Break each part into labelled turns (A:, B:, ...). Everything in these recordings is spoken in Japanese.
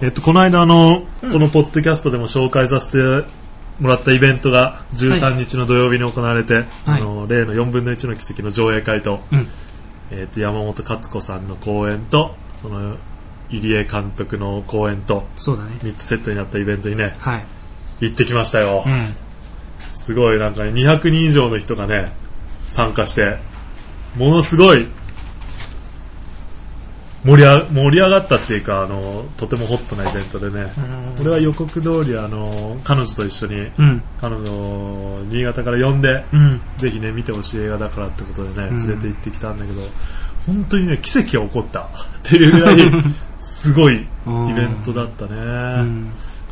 A: えっと、この間あの、このポッドキャストでも紹介させてもらったイベントが13日の土曜日に行われて、あの例の4分の1の奇跡の上映会と,、
B: うん
A: えっと山本勝子さんの講演とその入江監督の講演と
B: そうだね。
A: 3つセットになったイベントにね
B: はい。
A: 行ってきましたよ、
B: う
A: すごいなんかね200人以上の人がね参加してものすごい盛りあ盛り上がったっていうかあのとてもホットなイベントでね、
B: ん。
A: 俺は予告通りあの彼女と一緒に
B: うん。
A: 彼女を新潟から呼んで
B: うん。
A: ぜひね見てほしい映画だからってことでね
B: うん
A: 連れて行ってきたんだけど、本当にね奇跡が起こったっていうぐらいすごいイベントだったね、
B: うん。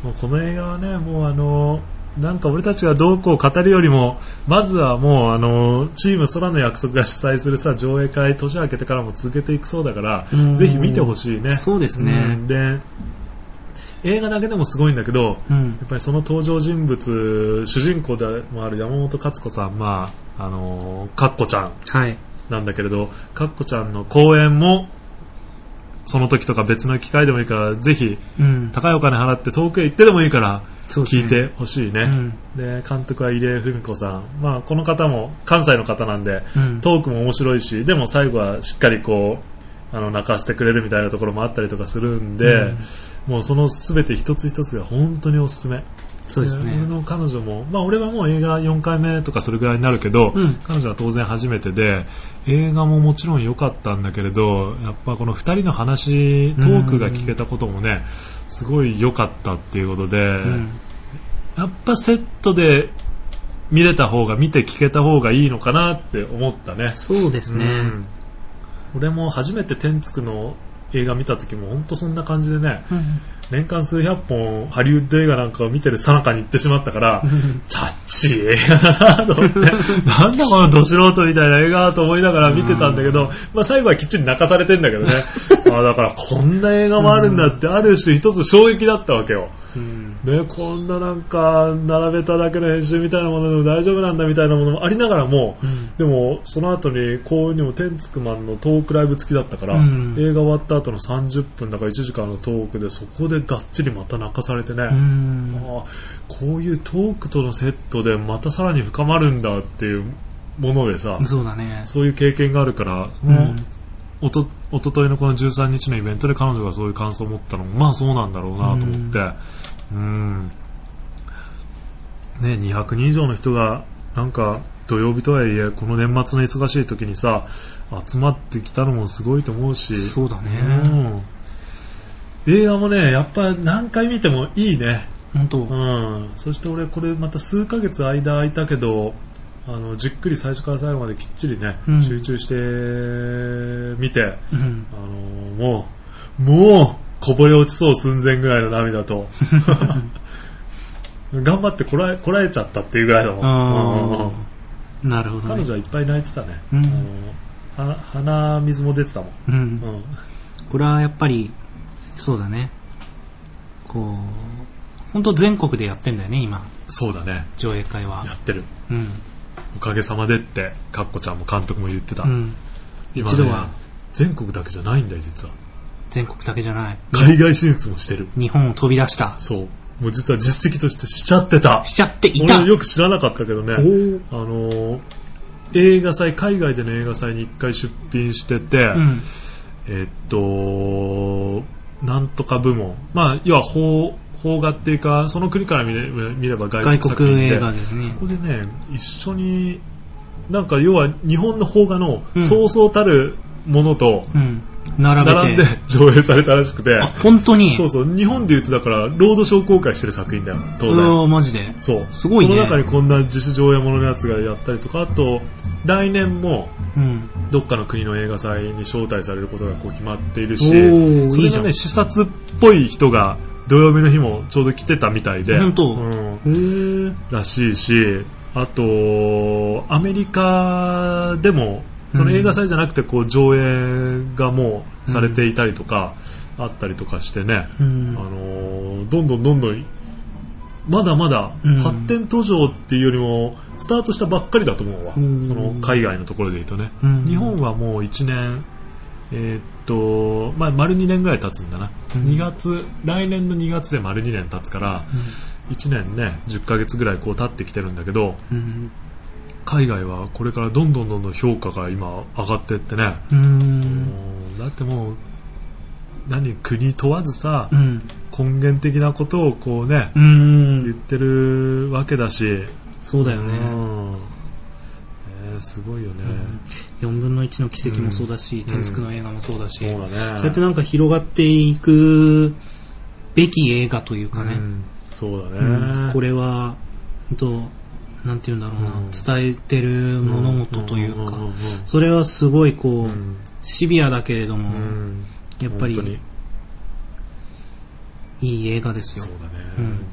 A: もうこの映画はねもうあのなんか俺たちがどうこう語るよりもまずはもうあのチーム空の約束が主催するさ上映会年明けてからも続けていくそうだから、
B: うん
A: ぜひ見てほしいね
B: そうです
A: う
B: ね
A: ん。で映画だけでもすごいんだけど
B: うん。
A: やっぱりその登場人物主人公でもある山本勝子さん、まああのーかっこちゃん
B: はい。
A: なんだけれどかっこちゃんの公演もその時とか別の機会でもいいからぜひ
B: うん。
A: 高いお金払って遠くへ行ってでもいいから
B: そうですね
A: 聞いてほしいね
B: うん。
A: で監督は入江文子さん、まあ、この方も関西の方なんで
B: うん。
A: トークも面白いしでも最後はしっかりこうあの泣かせてくれるみたいなところもあったりとかするんで、
B: うん
A: もうその全て一つ一つが本当におすすめ
B: そうですね
A: 俺。の彼女も、まあ、俺はもう映画4回目とかそれぐらいになるけど、
B: うん
A: 彼女は当然初めてで映画ももちろん良かったんだけれどやっぱこの2人の話トークが聞けたこともねすごい良かったっていうことで、
B: うん。
A: やっぱセットで見れた方が見て聞けた方がいいのかなって思ったね。
B: そうですね。
A: うん俺も初めて天竺の映画見た時も本当そんな感じでね
B: うん。
A: 年間数百本ハリウッド映画なんかを見てる最中に行ってしまったから、チャッチー映画だなと思ってなんだこのど素人みたいな映画と思いながら見てたんだけど、まあ、最後はきっちり泣かされてんだけどねああだからこんな映画もあるんだってある種一つ衝撃だったわけよ。
B: うん。
A: ね、こんななんか並べただけの編集みたいなものでも大丈夫なんだみたいなものもありながらも、
B: うん
A: でもその後に幸運にも「天竺マン」のトークライブ付きだったから、
B: うん
A: 映画終わった後の30分だから1時間のトークでそこでがっちりまた泣かされてね、
B: う
A: あ
B: ん。
A: あこういうトークとのセットでまたさらに深まるんだっていうものでさ、
B: そうだね。
A: そういう経験があるから、そのおとおとといのこの13日のイベントで彼女がそういう感想を持ったのもまあそうなんだろうなと思ってうんね200人以上の人がなんか土曜日とはいえこの年末の忙しい時にさ集まってきたのもすごいと思うし
B: うん。そうだね。
A: うん、映画もねやっぱ何回見てもいいね
B: 本当。
A: うん、そして俺、これまた数ヶ月間空いたけどあのじっくり最初から最後まできっちりね、
B: うん
A: 集中して見て
B: うん。
A: あのもうもうこぼれ落ちそう寸前ぐらいの涙と 頑張ってこらえこらえちゃったっていうぐらいだもん、うんうんうん
B: ああ。なるほど
A: 彼
B: ね。
A: 女はいっぱい泣いてたね、
B: うん
A: あのは鼻水も出てたもん、
B: うん
A: う。ん
B: これはやっぱり、そうだね。こう、本当全国でやってんだよね、今、
A: そうだね
B: 上映会は
A: や。ってる
B: うん。
A: おかげさまでってかっこちゃんも監督も言ってた、
B: うん。
A: 今
B: 一度は
A: ね全国だけじゃないんだよ実は
B: 全国だけじゃない。
A: 海外進出もしてる
B: 日本を飛び出した。
A: そうもう実は実績としてしちゃってた
B: しちゃっていた。
A: 俺よく知らなかったけどね
B: おー
A: あのー映画祭海外での映画祭に1回出品してて、
B: うん。
A: えっとなんとか部門まあ要は邦邦画っていうかその国から見れ見れば外
B: 外
A: 国作品
B: 国
A: で
B: 映画ですね
A: そ。こでね一緒になんか要は日本の邦画の
B: うん
A: そうそうたるものと
B: うん。並べて。
A: 並んで上映されたらしくて、
B: あ、本当に
A: そうそう、日本で言うとだから、ロードショー公開してる作品だよ、当
B: う
A: 然。
B: わマジで。
A: そう。
B: すごいね
A: この中にこんな自主上映もののやつがやったりとか、あと、来年も、
B: うん。
A: どっかの国の映画祭に招待されることがこう決まっているし、
B: おー
A: そ
B: い
A: れ
B: いじゃ
A: が
B: ん
A: ね、視察っぽい人が、土曜日の日もちょうど来てたみたいで、
B: 本当
A: うん
B: へー
A: らしいし、あと、アメリカでも、その映画祭じゃなくて、こう、上映がもうされていたりとか、あったりとかしてね、
B: う
A: あ
B: ん。
A: のーどんどんどんどんまだまだ
B: うん
A: 発展途上っていうよりもスタートしたばっかりだと思うわ、
B: うん
A: その海外のところで言うとね、
B: うん
A: 日本はもう1年、えーっとまあ、丸2年ぐらい経つんだな、
B: うん
A: 2月来年の2月で丸2年経つから、1年ね10ヶ月ぐらいこう経ってきてるんだけど
B: うん
A: 海外はこれからどんどんどんどん評価が今上がってってね、
B: うん
A: もうだってもう何国問わずさ、
B: うん
A: 根源的なことをこうね、
B: うん
A: 言ってるわけだし、
B: そうだよ
A: う
B: ね、
A: んねすごいよね、
B: 4分の1の奇跡もそうだし、
A: うん
B: 天竺の映画もそうだし、
A: そうだね
B: そうやってなんか広がっていくべき映画というかね、
A: うんそうだね、
B: うんこれは、ほんと、なんて言うんだろうな、
A: うん
B: 伝えてる物事という
A: うん
B: か、
A: んん
B: それはすごいこう、
A: うん
B: シビアだけれど
A: う
B: も、
A: ん
B: やっぱ
A: 本当に
B: りいい映画ですよ
A: そう。だね、
B: うん
A: 本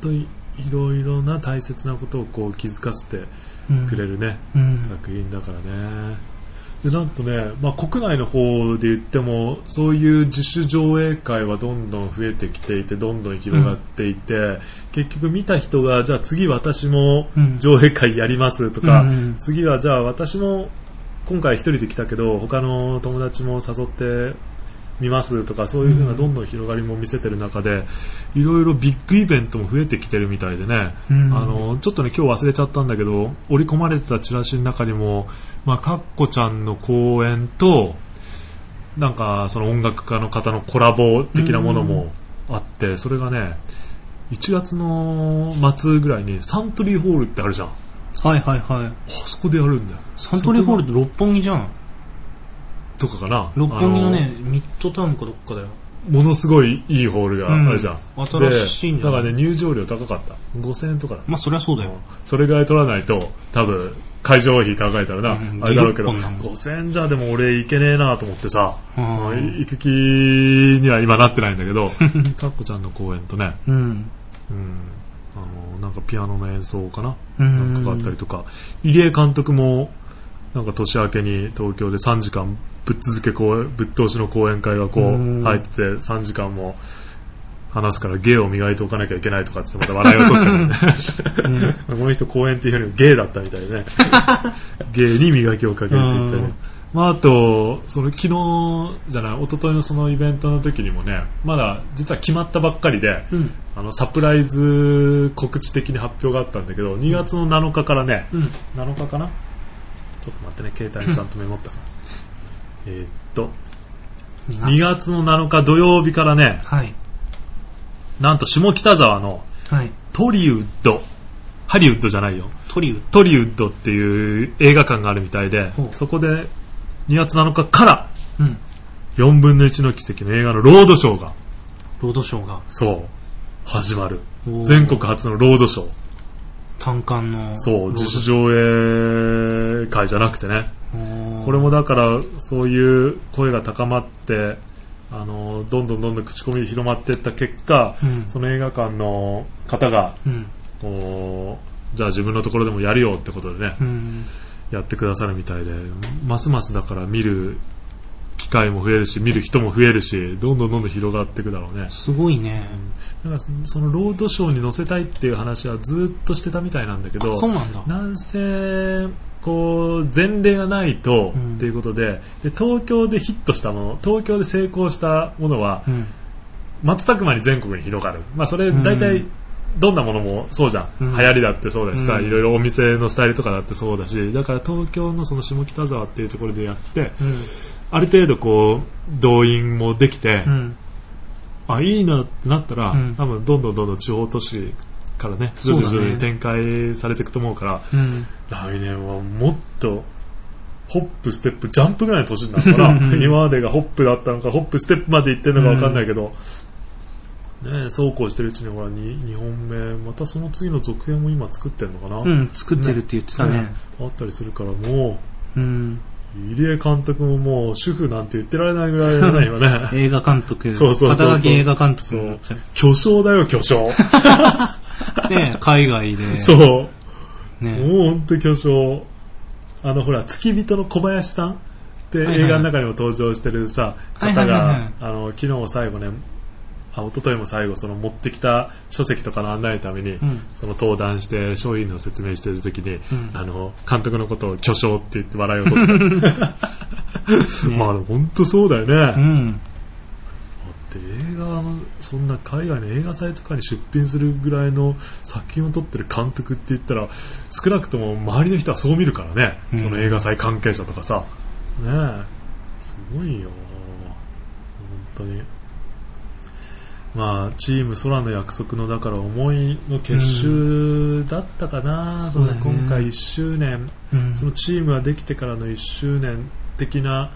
A: 当にいろいろな大切なことをこう気づかせて
B: うん
A: くれるね、
B: うん
A: 作品だからねでなんとね、まあ、国内の方で言ってもそういう自主上映会はどんどん増えてきていてどんどん広がっていて、結局見た人がじゃあ次私も
B: うん
A: 上映会やりますとか、
B: うん
A: 次はじゃあ私も今回一人で来たけど他の友達も誘って見ますとかそういう風などんどん広がりも見せてる中でいろいろビッグイベントも増えてきてるみたいでね、
B: うん
A: あのちょっとね今日忘れちゃったんだけど織り込まれてたチラシの中にも、まあ、かっこちゃんの公演となんかその音楽家の方のコラボ的なものもあってそれがね1月の末ぐらいにサントリーホールってあるじゃんあ
B: はいはいはい。
A: そこでやるんだよ
B: サントリーホールって六本木じゃん。
A: とかかな
B: 六本木の
A: あ
B: ね、ミッドタウンかどっかだよ。
A: ものすごいいいホールがあるじゃん、
B: うん新しいんじゃ
A: で
B: な
A: だ
B: い
A: からね入場料高かった5000円とかだ
B: まあそりゃそうだよ。
A: それぐらい取らないと多分会場費考えたらな、
B: うん
A: あれだろうけど
B: 16本だもん
A: 5000円じゃでも俺行けねえなと思ってさ、
B: うん
A: い行く気には今なってないんだけ どかっこちゃんの公演とね、
B: うん。
A: うん、あのなんかピアノの演奏かな
B: うん
A: なんかがあったりとか入江監督もなんか年明けに東京で3時間ぶっ続け公演ぶっ通しの講演会がこ
B: うん
A: う入ってて3時間も話すから芸を磨いておかなきゃいけないとかっつってまた笑いを取ってるね
B: ね
A: この人公演っていうよりも芸だったみたいで ね芸に磨きをかけるって言って
B: うん
A: ねまあ、あと、その昨日じゃない、一昨日のそのイベントの時にもね、まだ実は決まったばっかりで、
B: うん。
A: あのサプライズ告知的に発表があったんだけど2月の7日からね、
B: うん。
A: 7日かなちょっと待ってね携帯にちゃんとメモったからえーっと2。月の7日土曜日からね
B: はい。
A: なんと下北沢の
B: はい。
A: トリウッドハリウッドじゃないよ
B: トリウッ
A: トリウッドっていう映画館があるみたいで
B: ほう
A: そこで2月7日から
B: ド。うん。
A: 4分の1の奇跡の映画のロードショーが
B: ロードショーが。
A: そう始まる
B: おー
A: 全国初のロードショー
B: 単館の。
A: そう、
B: ロード
A: 自主上映会じゃなくてね、
B: おー
A: これもだから、そういう声が高まって、あのどんどんどんどん口コミで広まっていった結果、
B: うん
A: その映画館の方が
B: うん。
A: こう、じゃあ自分のところでもやるよってことでね、
B: うん。
A: やってくださるみたいで、ますますだから見る機会も増えるし、見る人も増えるし、どんどんどんどん広がっていくだろうね。
B: すごいね。
A: だからそのそのロードショーに載せたいっていう話はずっとしてたみたいなんだけど、
B: あそうなんだ。
A: なんせこう前例がないと
B: うん
A: っていうことで,、で東京でヒットしたもの東京で成功したものは
B: うん。
A: 瞬く間に全国に広がる、まあ、それ
B: うん
A: 大体どんなものもそうじゃん、
B: うん
A: 流行りだってそうだしさ、
B: うん
A: いろいろお店のスタイルとかだってそうだしだから東京のその下北沢っていうところでやってある程度こう動員もできて、
B: うん。
A: あいいなってなったら、
B: うん
A: 多分どんどんどんどん地方都市からね徐々に徐々に展開されていくと思うから。
B: うん。
A: 来年はもっとホップ、ステップ、ジャンプぐらいの年になるから今までがホップだったのかホップ、ステップまで行ってるのか分かんないけど、ねえ、そうこうしてるうちにほらに2本目またその次の続編も今作ってるのかな、
B: うん。作ってるって言ってたね。
A: あったりするからも
B: うん。
A: う入江監督ももう主婦なんて言ってられないぐらいだね今ね
B: 映画監督。
A: そうそうそうそう
B: 肩書き映画監督になっちゃう。
A: 巨匠だよ巨匠
B: ね海外で。。
A: そう
B: ね
A: もう本当に巨匠。あの、ほら、付き人の小林さんって
B: はいはい
A: 映画の中にも登場してるさ、
B: はい
A: 方
B: はいはいは
A: が
B: い、
A: あの、昨日も最後ね、あ、一昨日も最後、その持ってきた書籍とかの案内のために、
B: うん。
A: その登壇して、商品の説明してる時に、
B: ん
A: あの、監督のことを巨匠って言って笑いを取って
B: ね
A: まあ、本当そうだよね。だ
B: う
A: っ
B: ん。
A: て映画、そんな海外の映画祭とかに出品するぐらいの作品を撮ってる監督って言ったら、少なくとも周りの人はそう見るからね。
B: うん
A: その映画祭関係者とかさ。ねえ。すごいよ。本当に。まあ、チーム空の約束のだから思いの結集だったかな、
B: ん
A: その
B: そうだね
A: 今回1周年
B: うん
A: そのチームができてからの1周年的な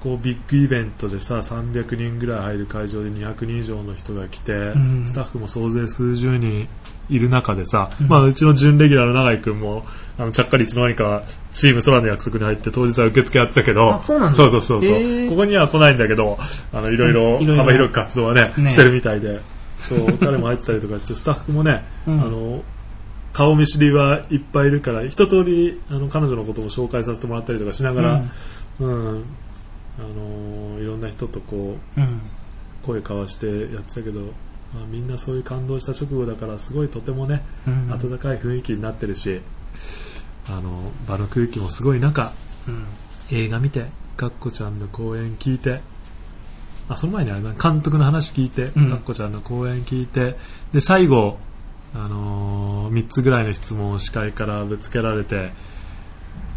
A: こうビッグイベントでさ300人ぐらい入る会場で200人以上の人が来て、
B: ん
A: スタッフも総勢数十人いる中でさ、
B: うん
A: まあ、うちの準レギュラーの永井君もあのちゃっかりいつの間にかチーム空の約束に入って当日は受付やってたけど
B: あそうなんだ
A: そうそうそうそう
B: へー
A: ここには来ないんだけどあのいろいろ
B: いろいろ
A: 幅広く活動はね
B: ね
A: してるみたいでそう彼も入ってたりとかしてスタッフもね
B: うん
A: あの顔見知りはいっぱいいるから一通りあの彼女のことも紹介させてもらったりとかしながら、うんあのいろんな人とこ
B: うんうん
A: う声交わしてやってたけど、まあ、みんなそういう感動した直後だからすごいとてもね
B: うん
A: 温かい雰囲気になってるし、あの場の空気もすごい中
B: うん
A: 映画見てかっこちゃんの講演聞いてあその前にあれだ監督の話聞いて、
B: うん
A: かっこちゃんの講演聞いてで最後、あの3つぐらいの質問を司会からぶつけられて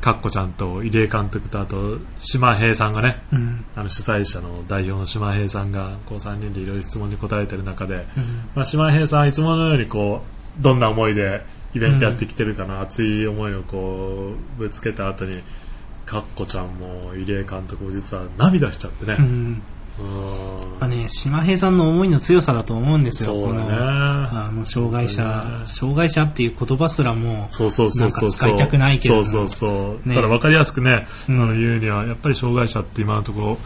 A: かっこちゃんと入江監督とあと島平さんがね
B: うん
A: あの主催者の代表の島平さんがこう3人でいろいろ質問に答えてる中で、まあ、島平さんはいつものようにこうどんな思いでイベントやってきてるかな、熱い思いをこうぶつけた後にかっこちゃんも入江監督も実は涙しちゃってね
B: う、
A: う
B: んやっ
A: ー
B: ぱ
A: ん
B: ね島平さんの思いの強さだと思うんですよ
A: そう
B: この
A: だね
B: あの障害
A: 本当に
B: 者
A: ね
B: 障害者っていう言葉すらも
A: そうそうそうそうそう
B: なんか使いたくないけれど
A: そ
B: も
A: うそうそう、
B: ね
A: ただ分かりやすくね、
B: うん
A: あの言うにはやっぱり障害者って今のとこ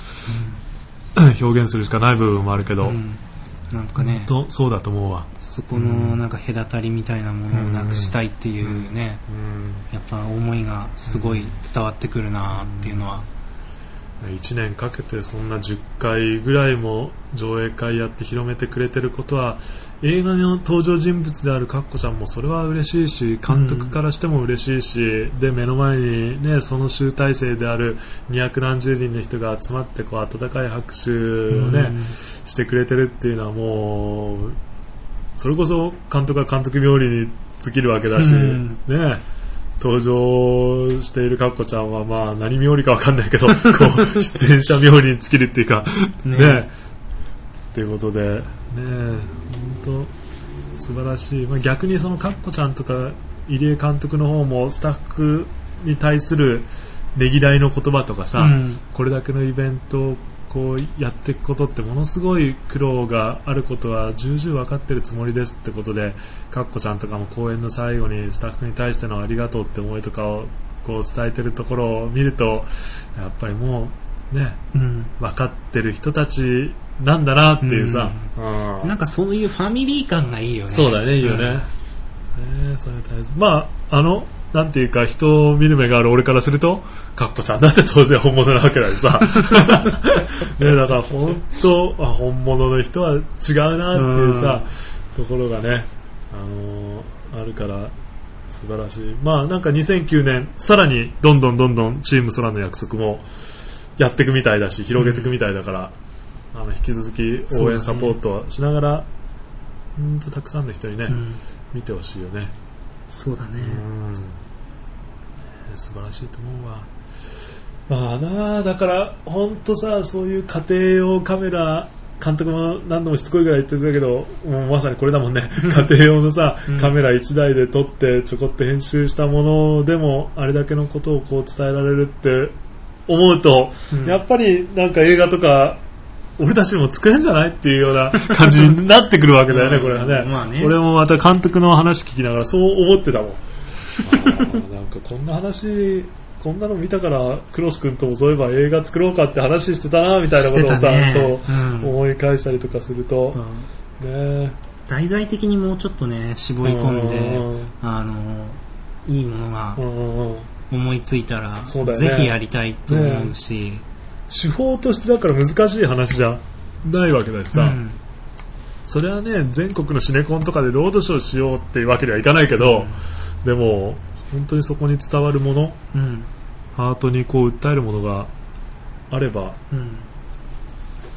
A: ろ、 表現するしかない部分もあるけど、
B: うんなんかね
A: とそうだと思うわ、
B: そこのなんか隔たりみたいなものをなくしたいっていうね
A: うん
B: やっぱ思いがすごい伝わってくるなっていうのは
A: 1年かけてそんな10回ぐらいも上映会やって広めてくれてることは映画の登場人物であるカッコちゃんもそれは嬉しいし監督からしても嬉しいし、で目の前に、ね、その集大成である200何十人の人が集まってこう温かい拍手を、ね
B: うん
A: してくれてるっていうのはもうそれこそ監督は監督冥利に尽きるわけだし、
B: うん
A: ね登場しているカッコちゃんはまあ何冥利かわかんないけ どこう出演者冥利に尽きるっていうかね
B: ね
A: っていうことでね本当素晴らしい、まあ、逆にそのカッコちゃんとか入江監督の方もスタッフに対するねぎらいの言葉とかさ、
B: うん
A: これだけのイベントをこうやっていくことってものすごい苦労があることは重々分かってるつもりですってことでかっこちゃんとかも公演の最後にスタッフに対してのありがとうって思いとかをこう伝えてるところを見るとやっぱりもうね
B: うん
A: 分かってる人たちなんだなっていうさ、うん
B: なんかそういうファミリー感がいいよね
A: そうだねいいよね,、ねそれ大切まああのなんていうか人を見る目がある俺からするとかっこちゃんだって当然本物なわけだし さ、ね、だから本当あ本物の人は違うなっていうさ、ところがね、あのーあるから素晴らしいまあなんか2009年さらにどんどんどんどんチーム空の約束もやっていくみたいだし広げていくみたいだから、あの引き続き応援サポートはしながら、うんとたくさんの人にね、
B: うん
A: 見てほしいよね、
B: そうだね
A: うん素晴らしいと思うわまあなあだから本当さそういう家庭用カメラ監督も何度もしつこいぐらい言ってたけどもうまさにこれだもんね家庭用のさ、
B: うん
A: カメラ1台で撮ってちょこっと編集したものでもあれだけのことをこう伝えられるって思うと、
B: うん
A: やっぱりなんか映画とか俺たちにも作れんじゃないっていうような感じになってくるわけだよね、
B: うん
A: これはね。
B: まあね
A: 俺もまた監督の話聞きながらそう思ってたもん。 なんかこんな話、こんなの見たから、クロス君ともそういえば映画作ろうかって話してたな、みたいなことを
B: してた
A: さ、
B: ね
A: そう、
B: うん
A: 思い返したりとかすると、
B: う
A: ね
B: ん
A: え
B: 題材的にもうちょっとね絞り込ん
A: う
B: で
A: ん
B: あのいいものが
A: うんうん
B: 思いついたら、
A: そうだよね
B: ぜひやりたいと思うし、
A: 手法としてだから難しい話じゃないわけだしさ、
B: うん
A: それはね全国のシネコンとかでロードショーしようっていうわけにはいかないけど、でも本当にそこに伝わるもの
B: うん
A: ハートにこう訴えるものがあれば、ね
B: うん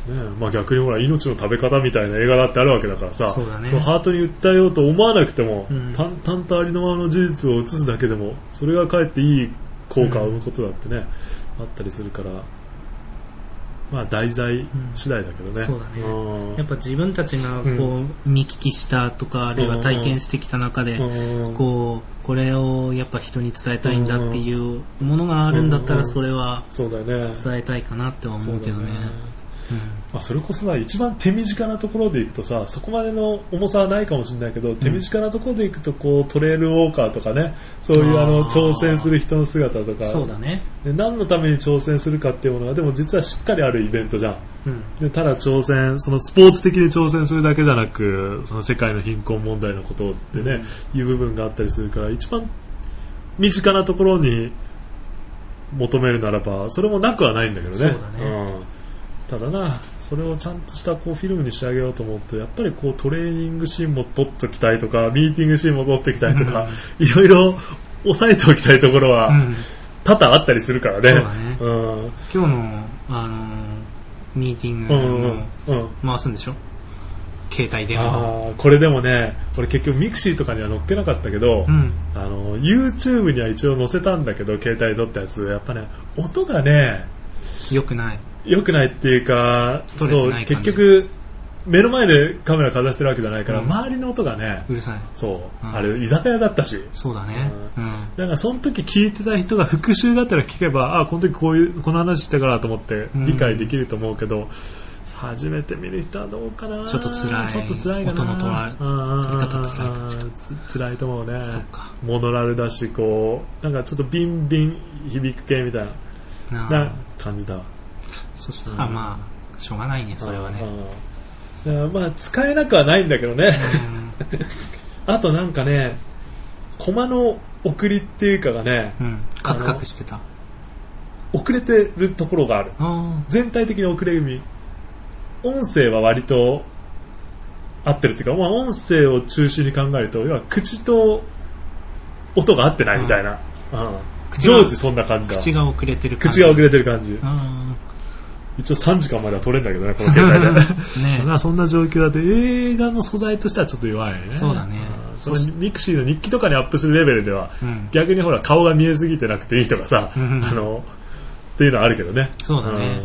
A: えまあ、逆にほら命の食べ方みたいな映画だってあるわけだからさ
B: そうだね
A: のハートに訴えようと思わなくても、
B: うん
A: 淡々とありのままの事実を映すだけでもそれがかえっていい効果を生むことだってね、あったりするから、まあ、題材次第だけどね。
B: うんそうだね
A: うん
B: やっぱ自分たちがこう見聞きしたとかあるいは体験してきた中で
A: うん
B: こうこれをやっぱ人に伝えたいんだっていうものがあるんだった
A: う
B: ら
A: ん
B: それは
A: そうだよね。
B: 伝えたいかなっては思うけどね
A: そだまあ、それこそさ一番手短なところでいくとさそこまでの重さはないかもしれないけど手短なところでいくとこうトレイルウォーカーとかねそういうあの
B: あー
A: 挑戦する人の姿と
B: う
A: か
B: んそうだね
A: で何のために挑戦するかっていうものがでも実はしっかりあるイベントじゃん
B: うん
A: でただ挑戦そのスポーツ的に挑戦するだけじゃなくその世界の貧困問題のことってね、いう部分があったりするから一番身近なところに求めるならばそれもなくはないんだけどね
B: そうだね
A: うん、ただなそれをちゃんとしたこうフィルムに仕上げようと思うとやっぱりこうトレーニングシーンも撮っときたいとかミーティングシーンも撮ってきたいとか、いろいろ抑えておきたいところ
B: う
A: は
B: ん
A: 多々あったりするからね。
B: そうだね
A: うん
B: 今日のあのーミーティング
A: うんう
B: の
A: んうん
B: 回すんでしょ携帯電話
A: あーこれでもね、俺結局ミクシーとかには載っけなかったけど、
B: うん
A: あの YouTube には一応載せたんだけど携帯撮ったやつやっぱね音がね
B: よくない
A: 良くないっていうか
B: 撮れてない感じ
A: 結局目の前でカメラかざしてるわけじゃないから、
B: うん
A: 周りの音がね
B: うるさい
A: そう、
B: うん
A: あれ居酒屋だったし
B: そうだねうん
A: だからその時聞いてた人が復習だったら聞けばあこの時こういうこの話したからと思って
B: うん
A: 理解できると思うけど、初めて見る人はどうかな
B: ちょっと辛い
A: ちょっと辛いかな
B: 音の捉え
A: 取
B: 取り方辛いかもしれ
A: 辛いと思うね
B: そっか
A: モノラルだしこうなんかちょっとビンビン響く系みたい
B: なあ
A: な感じだわ
B: そしたら
A: うん
B: まあしょうがないねそれはね
A: うんだからまあ使えなくはないんだけどねあとなんかねコマの送りっていうかがね
B: うんうんカクカクしてたあ
A: 遅れてるところがある
B: あ
A: 全体的に遅れ気味音声は割と合ってるっていうか、まあ、音声を中心に考えると要は口と音が合ってないみたいな、うん
B: 口が
A: 常時そんな感じだわ
B: 口が遅れてる感
A: 口
B: じ
A: が遅れてる感じ
B: あ
A: 一応3時間までは撮れんだけどねこの携帯で
B: あ ね
A: まあそんな状況だって映画の素材としてはちょっと弱いね
B: そうだね
A: うんそのミクシーの日記とかにアップするレベルでは
B: うん
A: 逆にほら顔が見えすぎてなくていいとかさ、
B: うん
A: あのっていうのはあるけどね
B: そうだね
A: ん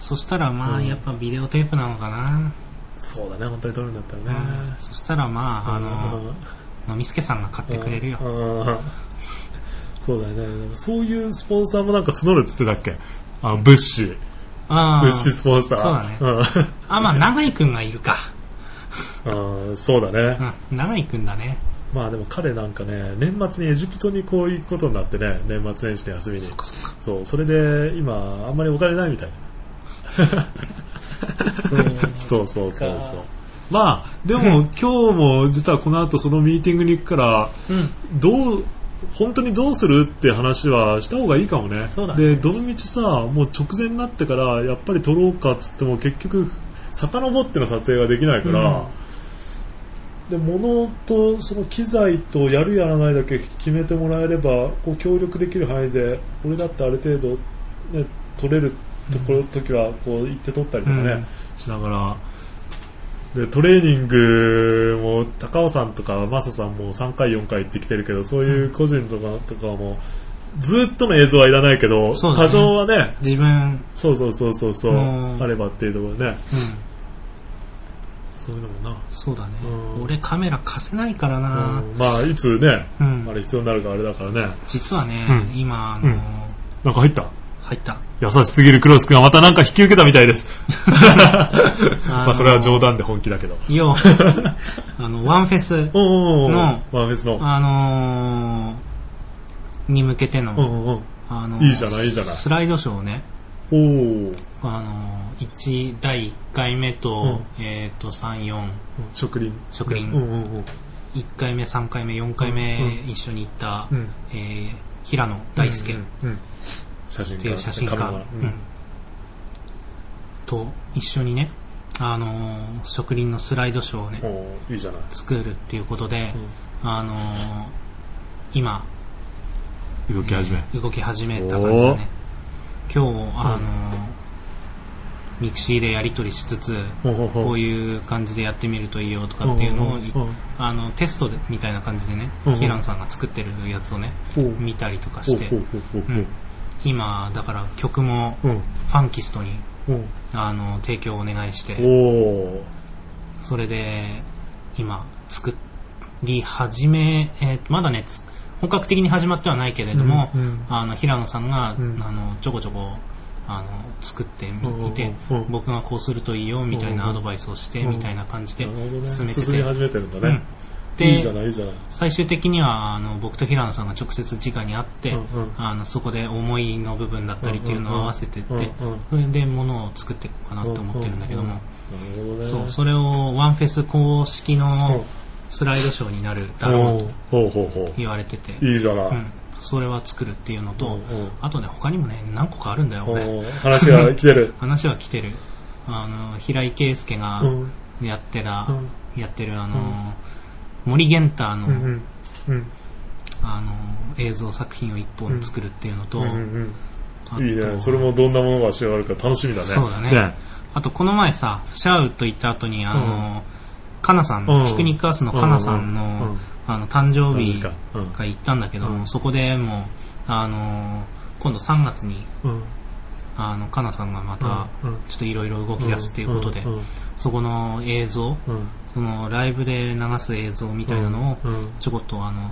B: そしたらま
A: う
B: あ
A: ん
B: やっぱビデオテープなのかな
A: そうだね、本当に撮るんだったら
B: うん
A: ね。
B: そしたらまああののみすけさんが買っ
A: う
B: て
A: ん
B: くれるよ
A: うんそうだよね。そういうスポンサーもなんか募るって言ってたっけあの、物資。
B: あ
A: 物資スポンサー。
B: そうだねあまあ長井くんがいるか
A: うん。うんそうだね。
B: うん長井くんだね
A: まあでも彼なんかね、年末にエジプトにこう行くことになってね、年末年始の休みに。そう、それで今、あんまりお金ないみたいな。
B: そう
A: そうそうそうそう。まあ、でも今日も実はこの後そのミーティングに行くから、どう本当にどうするって話はした方がいいかもね
B: そうだね
A: でどの道さもう直前になってからやっぱり撮ろうかっつっても結局遡っての撮影ができないから、で物とその機材とやるやらないだけ決めてもらえればこう協力できる範囲で俺だってある程度、ね、撮れるところ、時はこう行って撮ったりとかね、
B: うん
A: しながらでトレーニングも高尾さんとかマサさんも3回、4回行ってきてるけどそういう個人とかとかもずっとの映像はいらないけど、
B: そうだね
A: 多少はね
B: 自分
A: そうそうそうそうそう
B: うん
A: あればっていうところでね
B: うん
A: そういうのもな、
B: そうだね
A: うん
B: 俺カメラ貸せないから
A: う
B: な
A: んまあいつね
B: うん
A: あれ必要になるかあれだからね
B: 実はね
A: う
B: 今あ
A: う
B: の
A: んなんか入った
B: 入った
A: 優しすぎるクロス君がまたなんか引き受けたみたいです、 まあそれは冗
B: 談
A: 談で本気だけど
B: よあのワンフェス
A: おうおうおう
B: の
A: まあフェスの
B: あのーに向けて
A: う
B: の
A: んうん
B: あの
A: いいじゃないいいじゃない
B: スライドショーをね
A: うんおお
B: あのー一第1回目とえっと34
A: 植林
B: 植林
A: うんうんうん
B: 1回目3回目4回目一緒に行った
A: うん
B: えー平野大輔
A: うんうんうん写真
B: っ
A: 家
B: ていう写真家、
A: カメラマンうん
B: うんと一緒にね、あのー植林のスライドショーをね、
A: おーいいじゃない
B: 作るっていうことで、あのー今、
A: 動き始め
B: 動き始めた感じだね。今日、あの、ミクシーでやり取りしつつ、
A: ほうほうほう
B: こういう感じでやってみるといいよとかっていうのを、
A: うんうん
B: あのテストでみたいな感じでね、
A: うんうん
B: キランさんが作ってるやつをね、
A: うん
B: 見たりとかして、
A: ほうほうほうほう
B: うん今、だから曲も
A: うん
B: ファンキストに
A: うん
B: あの提供をお願いして、
A: おー
B: それで今、作り始め、えーまだね、つ本格的に始まってはないけれども、
A: うんうん
B: あの平野さんが、
A: うん
B: あのちょこちょこあの作ってみて、
A: うんうんうん
B: 僕がこうするといいよみたい
A: うん
B: な
A: う
B: ア
A: ん
B: ドバイスをして、
A: うん
B: みたいな感じで
A: なるほどね
B: 進めて
A: 進
B: て、
A: み始めてるんだ
B: うん
A: ね、いいじゃ
B: で
A: ないいいじゃない
B: 最終的にはあの僕と平野さんが直接直に会って、
A: うんうん
B: あのそこで思いの部分だったりっていうのを合わせてって、
A: うんうんうん
B: それで物を作っていこうかなって思ってるんだけども、
A: うんうんうんなるほどね
B: そうそれをワンフェス公式のスライドショーになるだろうと
A: ほうほうほ
B: 言われてて
A: う、いいじゃない、
B: うん、それは作るっていうの
A: うん
B: と
A: うん
B: あとね他にもね何個かあるんだよ俺
A: おー話が来てる
B: 話は来てるあの平井圭介が
A: うん
B: やってた、
A: うん
B: やってるあ
A: う
B: の森玄太の,、
A: うんうんうん
B: あの映像作品を一本作るっていうのと、
A: うんう
B: あと
A: んいいねそれもどんなものが仕上がるか楽しみだね
B: そうだねあとこの前さシャウと行った後にあの、かなさん、
A: うん
B: ピクニックハウスのかなさんの,、
A: うんうん
B: あの誕生
A: 楽し
B: 日
A: みかうん
B: が行ったんだけど、
A: うん
B: そこでもうあの今度3月に
A: うん
B: あのかなさんがまた
A: うんうん
B: ちょっといろいろ動き出すっていうことで、
A: んうん
B: そこの映像
A: うん
B: そのライブで流す映像みたいなのを
A: うんうん
B: ちょこっとあの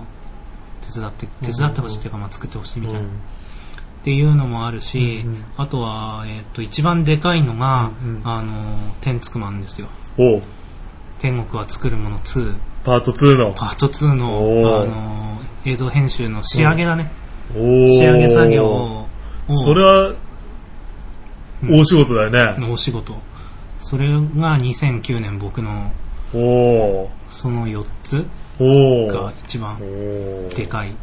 B: 手伝って手伝ってほしいっていうか、まあ、作ってほしいみたいな、
A: うん
B: っていうのもあるし、
A: うんうん
B: あとは、えっと一番でかいのが、
A: うんうん
B: あの天竺マンですよ
A: おう
B: 天国は作るもの2
A: パート2の
B: パート2
A: お
B: の
A: ー
B: あの映像編集の仕上げだね、
A: 仕
B: 仕上げ作業を
A: それは
B: うん
A: 大仕事だよね
B: のお仕事それが2009年僕の
A: おお
B: その4つ
A: おお
B: が一番
A: お
B: でかい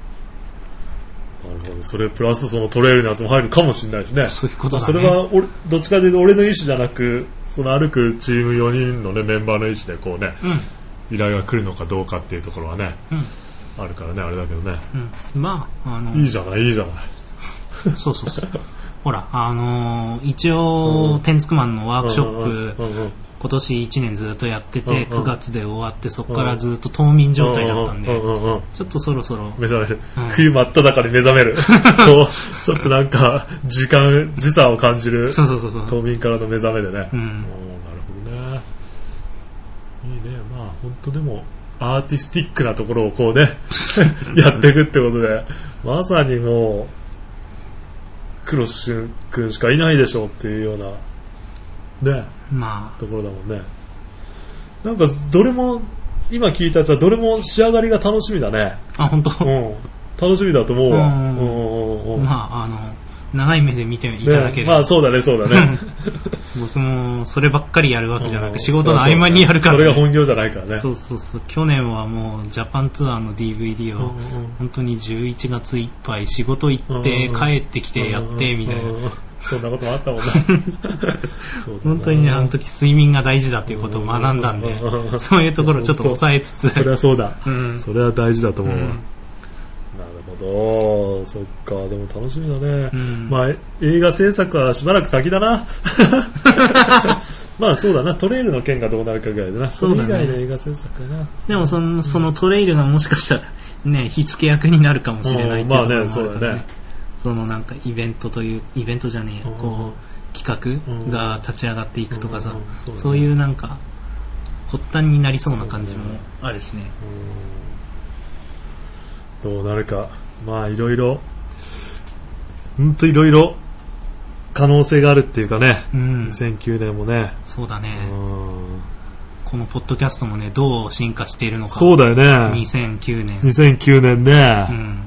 A: なるほどそれプラスそのトレイルのやつも入るかもしれないしね
B: そういうことだね
A: それは俺どっちかというと俺の意思じゃなくその歩くチーム4人の、ね、メンバーの意思でこうね
B: う
A: 依頼が来るのかどうかっていうところはね
B: んうん
A: あるからねあれだけどね
B: うん、まあ、あの、
A: いいじゃないいいじゃない
B: そうそうそう。ほら、あのー一応、天竺マンのワークショッ
A: う
B: プ、
A: んうんうん
B: 今年1年ずっとやって
A: うんうん
B: て、9月で終わって、そこからずっと冬眠状態だったん
A: う
B: で、
A: んうんうん
B: ちょっとそろそろ、
A: 目覚める、冬真っ只中で目覚め るこうちょっとなんか時間時差を感じる
B: そうそうそうそう。
A: 冬眠からの目覚めでね、
B: う
A: お
B: ん。
A: ーなるほどねいいねまあ本当でもアーティスティックなところをこう ねやっていくってことでまさにもう黒シュン君しかいないでしょうっていうようなね
B: ま
A: ところだもんねなんかどれも今聞いたやつはどれも仕上がりが楽しみだね
B: あ、あ、本当
A: うん楽しみだと思うわ
B: うん
A: うんうんうんうん
B: まあ、あの、長い目で見ていただけ
A: ね
B: れ
A: ま
B: ば、
A: あそうだねそうだね
B: 僕もそればっかりやるわけ じゃな
A: うん
B: く、仕事の合間にやるか
A: そうそうそれ
B: ら、
A: が本業じゃないからね
B: そうそうそう。去年はもう、ジャパンツアーの DVD を、本当に11月いっぱい仕事行って
A: うん
B: 帰ってきてやってみたいな
A: なそんなこともあったもんな そうだね
B: 本当にねあの時睡眠が大事だということを学んだん
A: うん
B: でそういうところをちょっと抑えつ
A: それ
B: つ
A: はそうだ
B: うん
A: それは大事だと思うわ、
B: うん
A: なるほどそっかでも楽しみだね、
B: うん
A: まあえ映画制作はしばらく先だ なまあそうだなトレイルの件がどうなるかぐらいだなそ
B: そう
A: れ
B: だ
A: 以
B: ね
A: 外の映画制作かな
B: でもそのそのトレイルがもしかしたらね火付け役になるかもしれないっていうところもあるから
A: うんまあねそ
B: ね
A: うだね
B: そのなんかイベントというイベントじゃねえや
A: うん
B: こう企画が立ち上がっていくとかさ
A: うんそうだね
B: そういうなんか発端になりそうな感じもあるしね
A: どうなるかまあいろいろ本当いろいろ可能性があるっていうかね、
B: うん
A: 2009年もね、
B: そうだね
A: うん
B: このポッドキャストもねどう進化しているのか
A: そうだよね
B: 2009年
A: 2009年ね、
B: うん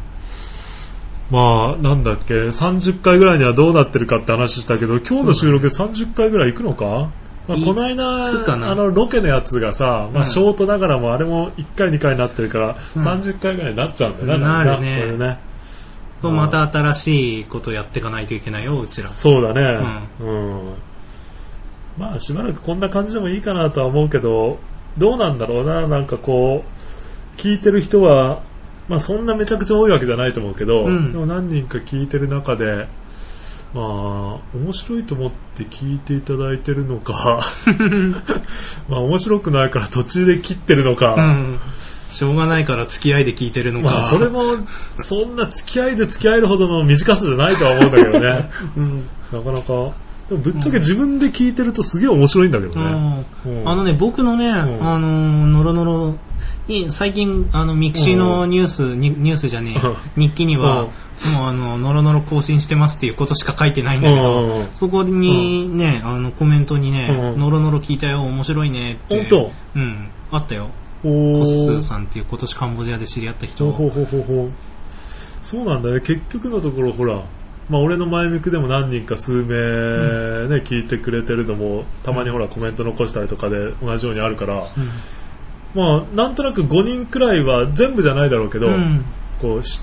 A: まあなんだっけ30回ぐらいにはどうなってるかって話したけど今日の収録で30回ぐらい行くのか、まあ、
B: い
A: この間
B: くかな
A: あのロケのやつがさ、ま
B: う
A: あ、
B: ん
A: ショートながらもあれも1回2回になってるから、
B: うん
A: 30回ぐらいになっちゃうんだよな
B: なるね
A: これね
B: これまた新しいことやっていかないといけないよ、うちら。
A: そうだね、うんまあしばらくこんな感じでもいいかなとは思うけどどうなんだろうななんかこう聞いてる人は、まあ、そんなめちゃくちゃ多いわけじゃないと思うけど、
B: うん
A: でも何人か聞いてる中でまあ、面白いと思って聞いていただいてるの か、まあ、面白くないから途中で切ってるのか、
B: うん。しょうがないから付き合いで聞いてるのか。
A: まあ、それも、そんな付き合いで付き合えるほどの短さじゃないとは思うんだけどね。
B: うん。
A: なかなか。でもぶっちゃけ自分で聞いてるとすげえ面白いんだけどね。うん
B: あのね、僕のね、
A: ん
B: あのー、ノロノロに、最近、あの、ミクシーのニュース、にニュースじゃねえ
A: うん、
B: 日記に
A: う
B: は
A: ん、
B: もうあの、ノロノロ更新してますっていうことしか書いてないん
A: う
B: だけど、
A: んうんうん
B: そこにね、あの、コメントにね、
A: うん
B: ノロノロ聞いたよ、面白いねって。
A: 本当
B: うん。あったよ。
A: お
B: コッスー
A: ー
B: さんっていう今年カンボジアで知り合った
A: ほ
B: 人
A: う。ほうほうほうほうそうなんだね結局のところほらまあ俺の前向くでも何人か数名ね、聞いてくれてるのもたまにほらコメント残したりとかで同じようにあるから、
B: うん
A: まあなんとなく5人くらいは全部じゃないだろうけど、
B: うん。
A: こうし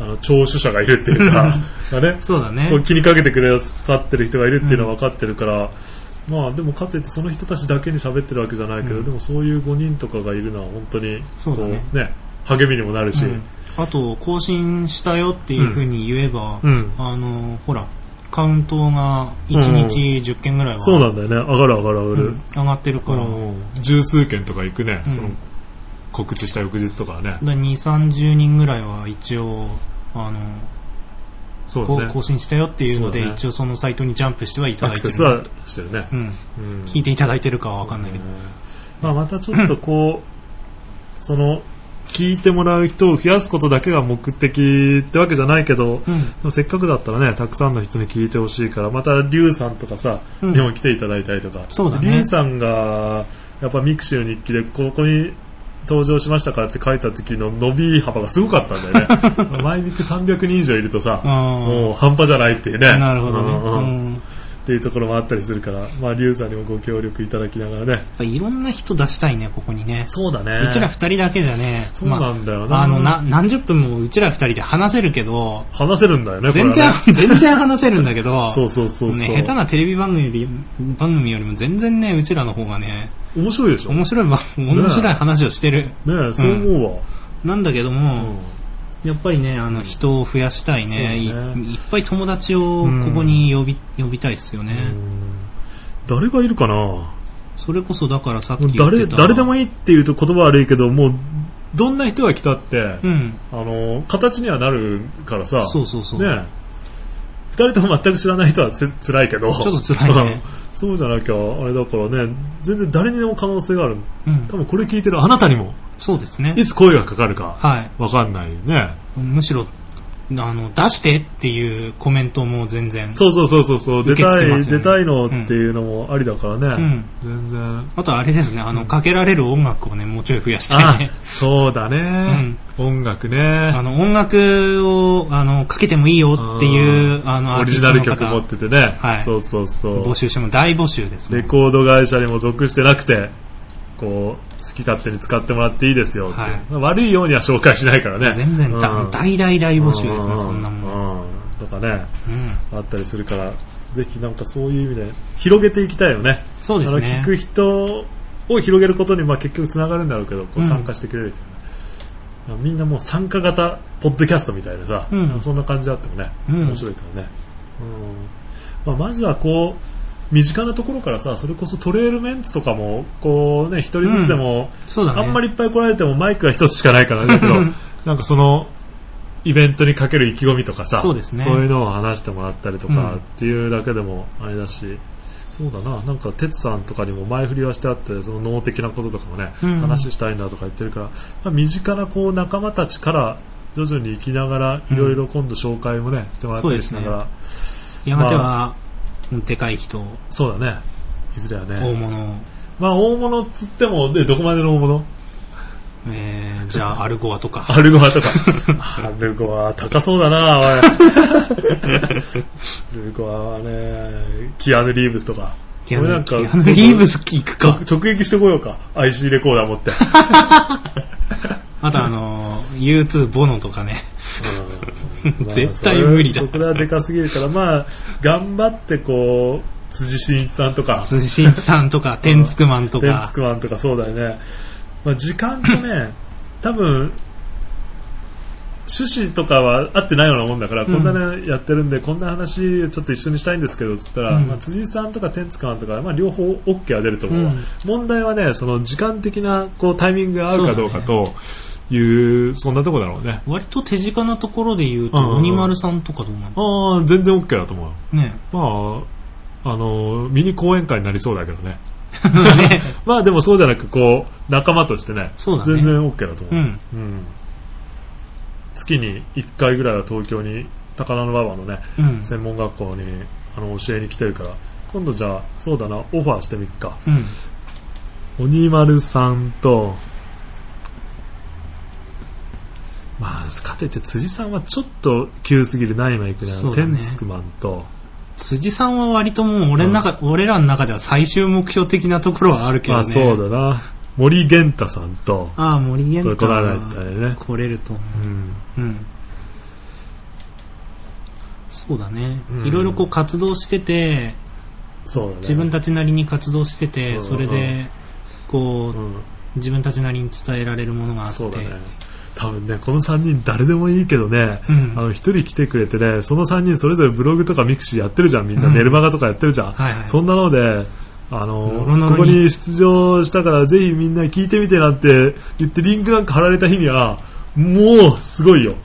A: あの聴取者がいるっていう かがね
B: そうだ
A: こう
B: ね。
A: 気にかけてくださってる人がいるっていうのは分かってるから、まあでもかといってその人たちだけに喋ってるわけじゃないけど、
B: うん
A: でもそういう5人とかがいるのは本当に
B: そうだね
A: こ励みにもなるし、
B: うんあと、更新したよっていうふうに言えば、
A: うん
B: あの、ほら、カウントが1日10件ぐらいは、
A: そうなんだよね上がる上がる上が
B: う
A: る
B: ん、上がってるから、だ
A: 十数件とか行くね、
B: うん
A: その告知した翌日とかはね
B: 2、30人ぐらいは一応、あの、
A: そう
B: こ
A: だ
B: う
A: ね
B: 更新したよっていうの
A: そう
B: で、
A: だね
B: 一応そのサイトにジャンプしてはいた
A: ア
B: だい
A: ク
B: て
A: セ
B: る。
A: スはしてるね、
B: うん。
A: うん
B: 聞いていただいてるかはわかんないけど。
A: まあ、またちょっとこう その聞いてもらう人を増やすことだけが目的ってわけじゃないけど
B: うん
A: でもせっかくだったらねたくさんの人に聞いてほしいからまたリュウさんとかさ、
B: うん
A: でも来ていただいたりとか
B: そうだね
A: リュウさんがやっぱミクシーの日記でここに登場しましたからって書いた時の伸び幅がすごかったんだよ ね毎日300人以上いるとさ、
B: うん
A: もう半端じゃないっていうね
B: なるほどね。
A: うんうんうんっ
B: うん
A: ていうところもあったりするから、まあ、リュウさんにもご協力いただきながらね
B: やっぱいろんな人出したいね、ここにね。
A: そうだね
B: うちら二人だけじゃね、
A: そうなんだよな,、
B: まあ、あの、な、何十分もうちら二人で話せるけど、
A: 話せるんだよね
B: 全
A: これ
B: 然
A: はね、
B: 全然話せるんだけど、
A: そうそうそうそう、
B: ね、下手なテレビ番組より番組よりも全然ね、うちらの方がね、
A: 面白いでしょね
B: 面白い番、面白い話をしてる。
A: えそう思うわ、
B: なんだけども、
A: うん
B: やっぱりね、あの、人を増やしたいね
A: そうだね
B: い。いっぱい友達をここに呼び、呼びたいっすよね。
A: うん誰がいるかな
B: それこそだからさっ
A: もう
B: き言って
A: 誰
B: た。
A: 誰でもいいっていうと言葉悪いけどもうどんな人が来たって、
B: うん。
A: あの形にはなるからさ
B: そうそうそう。
A: ね2人とも全く知らない人はつ辛いけど
B: ちょっと辛いね
A: うん そうじゃなきゃあれだからね全然誰にでも可能性がある
B: うん
A: 多。分これ聞いてるあなたにも
B: そうですね
A: い。つ声がかかるか
B: はい。
A: わかんないね
B: むしろ、あの、出してっていうコメントも全然。
A: そうそうそうそうそう出
B: 受け
A: た
B: 付け
A: い、
B: ます
A: 出
B: よね
A: たいのっていうのもありだから
B: う
A: ね、
B: ん。
A: 全然
B: あとはあれですね、あの、かけられる音楽をね、もうちょい増やした
A: あ
B: いね。
A: そうだね、音楽ね
B: あの、音楽を、あの、かけてもいいよっていう、あの、
A: オ
B: アー
A: リ
B: テ
A: ジ
B: ィス
A: ナ
B: ト
A: ル
B: の
A: 曲持
B: 方
A: っ、ててね、
B: はい
A: そうそうそ
B: 募
A: う
B: 集しても大募集ですもん。
A: レコード会社にも属してなくてこう好き勝手に使ってもらっていいですよって、
B: はい
A: 悪いようには紹介しないからね
B: 全然、
A: う
B: だ
A: ん
B: 大大大募集ですね、そんなもん。うん。
A: ん、うんとかねあったりするからぜひなんかそういう意味で広げていきたいよね
B: そうです
A: あの聞
B: ね。
A: く人を広げることにまあ結局つながるんだろうけどこう参加してくれる人、ねみんなもう参加型ポッドキャストみたいなさ、
B: うん
A: そんな感じだったもね、
B: うん
A: 面白いからね、うんまあ、まずはこう身近なところからさそれこそトレイルメンツとかもこうね一人ずつでも、
B: そうだね。
A: あんまりいっぱい来られてもマイクが一つしかないから ねだけどなんかそのイベントにかける意気込みとかさ
B: そうですね
A: そういうのを話してもらったりと
B: う
A: か
B: ん
A: っていうだけでもあれだし、そうだななんか哲さんとかにも前振りはしてあってその脳的なこととかもね、
B: うん
A: 話したいんだとか言ってるから、まあ身近なこう仲間たちから徐々に行きながらいろいろ今度紹介もねしてもらったりしながら
B: やがては、でかい人、
A: そう,、だねいずれは
B: 大
A: ね、
B: 物、
A: まあ、大物っつってもでどこまでの大物
B: え ーじゃあ、アルゴアとか。
A: アルゴアとか。アルゴア高そうだな、おい。アルゴアはね、キアヌ・リーブスとか。
B: キアヌ
A: 俺なんか
B: キアヌリーブス聞くか。
A: 直撃してこようか。IC レコーダー持って。
B: あとあのー、U2 ボノとかね。
A: うん
B: 絶対無理だ
A: まあそれそこはでかすぎるから、まあ、頑張ってこう、辻真一さんとか、
B: 辻真一さんとか、天竺マンと
A: テン
B: か
A: ツ。クマンと かそうだよね。まあ、時間とね、多分、趣旨とかは合ってないようなもんだから、こんなねやってるんでこんな話ちょっと一緒にしたいんですけどっつったら、
B: うん
A: まあ、辻さんとか天津さんとか、まあ、両方 OK は出ると思うわ、
B: うん
A: 問題はねその時間的なこうタイミングが合うかどうかというそんなとこだろうね
B: 割と手近なところで言うと、
A: うんうんうん
B: 鬼丸さんとかどうなの
A: ああ全然 OK だと思う
B: ね
A: まあ、あの、ミニ講演会になりそうだけどね。まあでもそうじゃなく、こう、仲間としてね、
B: そうだね
A: 全然 OK だと
B: う
A: 思う。
B: ん。
A: うん月に1回ぐらいは東京に、高田馬場のね、
B: うん。
A: 専門学校にあの教えに来てるから、今度じゃあ、そうだな、オファーしてみっか。
B: うん。
A: 鬼丸さんと、まあ、かといって辻さんはちょっと急すぎる、何枚いくね
B: そうだ
A: テ
B: ね
A: ンツクマンと、
B: 辻さんは割ともう俺の中、俺らの中では最終目標的なところはあるけどね。
A: まあそうだな森源太さんと
B: ああ、森
A: これ来
B: 源太
A: られ
B: は
A: たりね、
B: 来れると思
A: うん、
B: う。うん。そうだね
A: う。ん
B: いろいろこう活動してて、
A: そうだね
B: 自分たちなりに活動して
A: う
B: て、
A: ん
B: それで、こ
A: うん、
B: う、自分たちなりに伝えられるものがあって。
A: そうだね多分ねこの3人誰でもいいけどね
B: う
A: あ
B: ん。はい
A: の1人来てくれてねその3人それぞれブログとかミクシーやってるじゃんみんな、
B: うん
A: メルマガとかやってるじゃん、
B: はい。
A: そんなのであの
B: ノロノ
A: こ
B: ロに
A: こに出場したからぜひみんな聞いてみてなんて言ってリンクなんか貼られた日にはもうすごいよ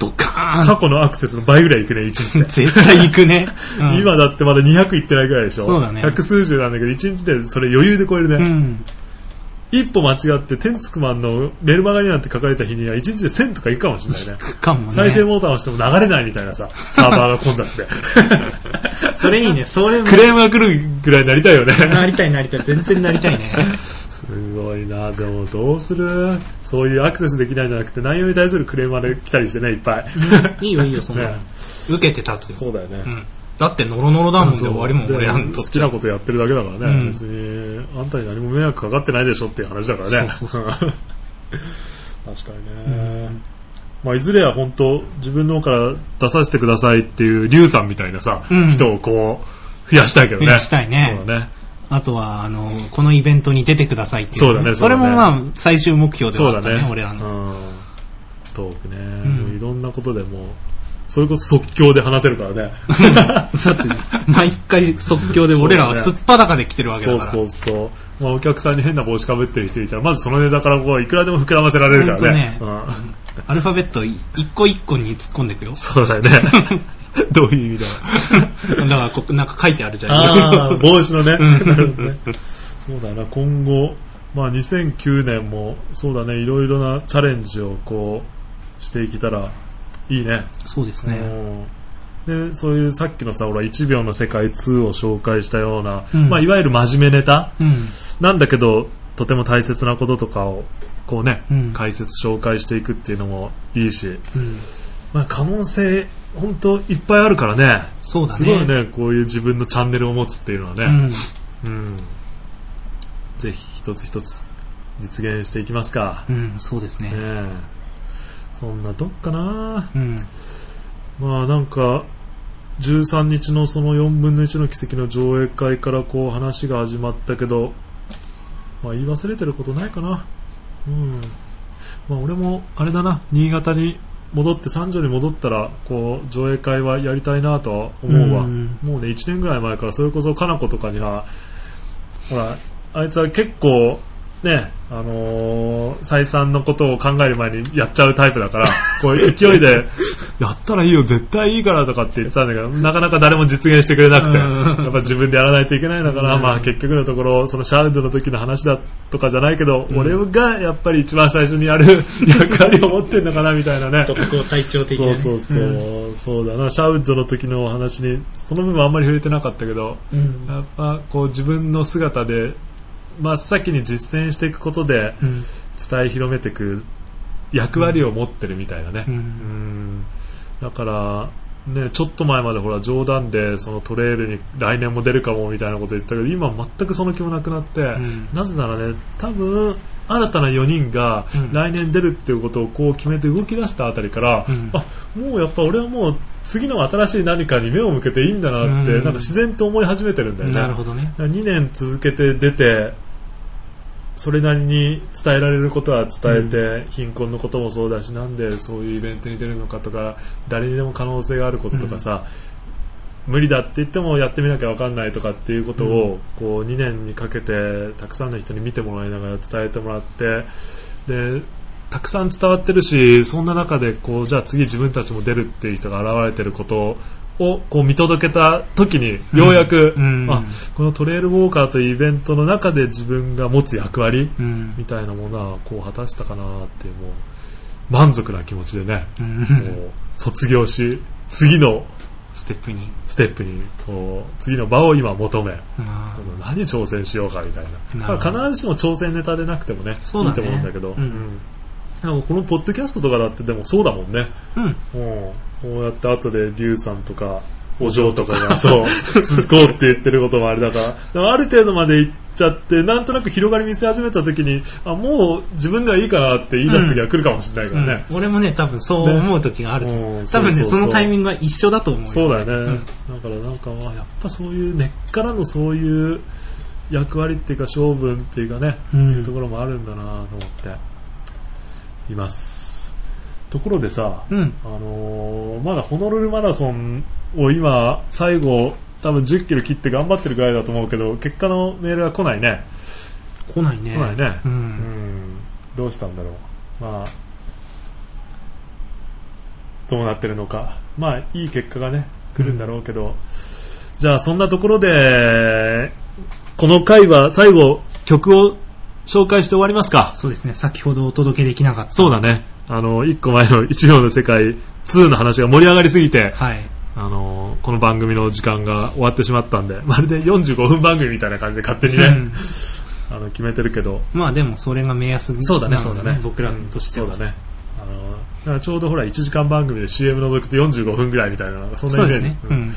B: ドカーン
A: 過去のアクセスの倍ぐらいいくね1日で
B: 絶対行くね。うん
A: 今だってまだ200いってないぐらいでしょ
B: そうだね
A: 百数十なんだけど1日でそれ余裕で超えるね、
B: うん。
A: 一歩間違って天竺マンのメルマガになんて書かれた日には1日で1000とかいくかもしれないね
B: かもね。
A: 再生ボタンを押しても流れないみたいなさサーバーが混雑で
B: それいいね。それも
A: クレームが来るぐらいになりたいよね
B: なりたいなりたい。全然なりた いね。
A: すごいなでもどうするそういうアクセスできないじゃなくて内容に対するクレームまで来たりしてねいっぱい
B: いいよいいよ、そんなの
A: ね
B: 受けて立つよ。
A: そうだよね、
B: うん。だってノロノロだもんで
A: そう
B: 終わりもん
A: で
B: 俺らにと
A: 好
B: っ
A: き
B: て
A: な
B: は。
A: ことやってるだけだからね、
B: うん
A: 別にあんたに何も迷惑かかってないでしょっていう話だからね
B: そうそう
A: 確 かに
B: う
A: ね、
B: ん
A: まあ、いずれは本当自分の方から出させてくださいっていうリュウさんみたいなさ、
B: うん
A: 人をこう増やしたいけどね
B: 増やしたいね
A: そうだね
B: あとは、あの、このイベントに出てくださいっていう。
A: そうだね
B: それも
A: そうだね
B: まあ、最終目標で
A: そ
B: は
A: う
B: あ
A: だ
B: ったね
A: ね、
B: 俺ら
A: う
B: の。
A: ん、トークね、
B: ん
A: もういろんなことでもうそれこそ即興で話せるからね
B: だってね、毎回即興で俺らはすっぱだかで来てるわけ
A: そ
B: だ
A: う
B: から。
A: そうそう、まあ、お客さんに変な帽子かぶってる人いたらまずそのネタからこういくらでも膨らませられるからね
B: ほ
A: うん
B: アルファベット一個一個に突っ込んでいくよ。
A: そうだよね。どういう意味だ
B: だからこ、なんか書いてあるじゃん。
A: ああ、帽子のね。なるほどねそうだよな、今後、まあ2009年も、そうだね、いろいろなチャレンジをこう、していけたらいいね。
B: そうですね。
A: うんで、そういうさっきのさ、ほら、1秒の世界2を紹介したような、
B: うん
A: まあいわゆる真面目ネタ
B: うん。
A: なんだけど、とても大切なこととかを、こうね、
B: うん
A: 解説紹介していくっていうのもいいし、
B: うん
A: まあ可能性、本当いっぱいあるからね。
B: そうだね。
A: すごいね、こういう自分のチャンネルを持つっていうのは
B: う
A: ね、
B: ん。
A: うんぜひ一つ一つ実現していきますか。
B: うん、そうですね
A: ね。えそんなとっかな
B: うん。
A: まあなんか、13日のその4分の1の奇跡の上映会からこう話が始まったけど、まあ言い忘れてることないかな。うん。まあ俺も、あれだな、新潟に戻って、三条に戻ったら、こう、上映会はやりたいなとは思うわ。
B: ん
A: もうね、1年ぐらい前から、それこそ、かなことかには、ほら、あいつは結構、ね、あのー再三のことを考える前にやっちゃうタイプだから、こう勢いで、やったらいいよ、絶対いいからとかって言ってたんだけど、なかなか誰も実現してくれなくて、
B: うん
A: やっぱ自分でやらないといけないのかな、
B: うん
A: まあ結局のところ、そのシャウドの時の話だとかじゃないけど、
B: うん
A: 俺がやっぱり一番最初にやる 役割を持ってんのかな、みたいなね。
B: 特攻隊長的
A: そうそうそう、そうだな、シャウドの時のお話に、その部分あんまり触れてなかったけど、
B: うん。
A: やっぱこう自分の姿で真っ先に実践していくことで
B: うん。
A: 伝え広めていく役割を持ってるみたいなね、
B: う
A: うん
B: ん。
A: だから、ね、ちょっと前までほら冗談でそのトレイルに来年も出るかもみたいなこと言ってたけど今全くその気もなくなって、
B: うん
A: なぜならね多分新たな4人が
B: うん
A: 来年出るっていうことをこう決めて動き出したあたりから、
B: うん
A: あもうやっぱ俺はもう次の新しい何かに目を向けていいんだなって、
B: う
A: なん
B: ん
A: か自然と思い始めてるんだよね。
B: なるほどね。
A: 2年続けて出てそれなりに伝えられることは伝えて、貧困のこともそうだしなんでそういうイベントに出るのかとか誰にでも可能性があることとかさ、無理だって言ってもやってみなきゃ分かんないとかっていうことを、こう2年にかけてたくさんの人に見てもらいながら伝えてもらってでたくさん伝わってるしそんな中でこうじゃあ次自分たちも出るっていう人が現れてることをこう見届けた時にようやく、
B: うん
A: あこのトレイルウォーカーというイベントの中で自分が持つ役割
B: うん
A: みたいなものはこう果たしたかなっていうもう満足な気持ちでね、
B: うん
A: もう卒業し次の
B: ステップに
A: ステップにこう次の場を今求め
B: あ
A: 何挑戦しようかみたいな
B: なるほ
A: ま
B: ど
A: あ、必ずしも挑戦ネタでなくてもね
B: そうだね
A: いいと思うんだけど、
B: うん
A: でもこのポッドキャストとかだってでもそうだもんね
B: ーうん
A: もうこうやって後で龍さんとかお嬢とか がそう続こうって言ってることもあれだからでもある程度まで行っちゃってなんとなく広がり見せ始めた時にあもう自分ではいいかなって言い出す時が来るかもしれないからね、
B: うん俺もね多分そう思う時があると思う、
A: ねうん
B: 多分ね
A: そう
B: そ
A: そうそう
B: のタイミングは一緒だと思うよ
A: そうだよね、
B: うん
A: だからなんかまあやっぱそういう根っからのそういう役割っていうか勝負っていうかね、
B: うん
A: っていうところもあるんだなと思っていますところでさ、
B: うん
A: あのーまだホノルルマラソンを今最後多分1 0キロ切って頑張ってるぐらいだと思うけど結果のメールは来ないね、
B: 来ないね
A: 来ないね
B: う
A: うんんどうしたんだろうまあどうなってるのかまあいい結果がね来るんだろうけど、じゃあそんなところでこの回は最後曲を紹介して終わりますか
B: そうですね先ほどお届けできなかった
A: そうだねあの1個前の1秒の世界2の話が盛り上がりすぎて
B: はい
A: あのこの番組の時間が終わってしまったんで まるで45分番組みたいな感じで勝手にね、
B: うん
A: あの決めてるけど
B: まあでもそれが目安なの
A: そうだね、そうだね。
B: 僕らとしては、
A: うんそうだね。あの、だからちょうどほら、1時間番組で CM 覗くと45分ぐらいみたいな、なんかそんな
B: そう
A: イメ
B: で
A: ー
B: す
A: ジ
B: ね、うん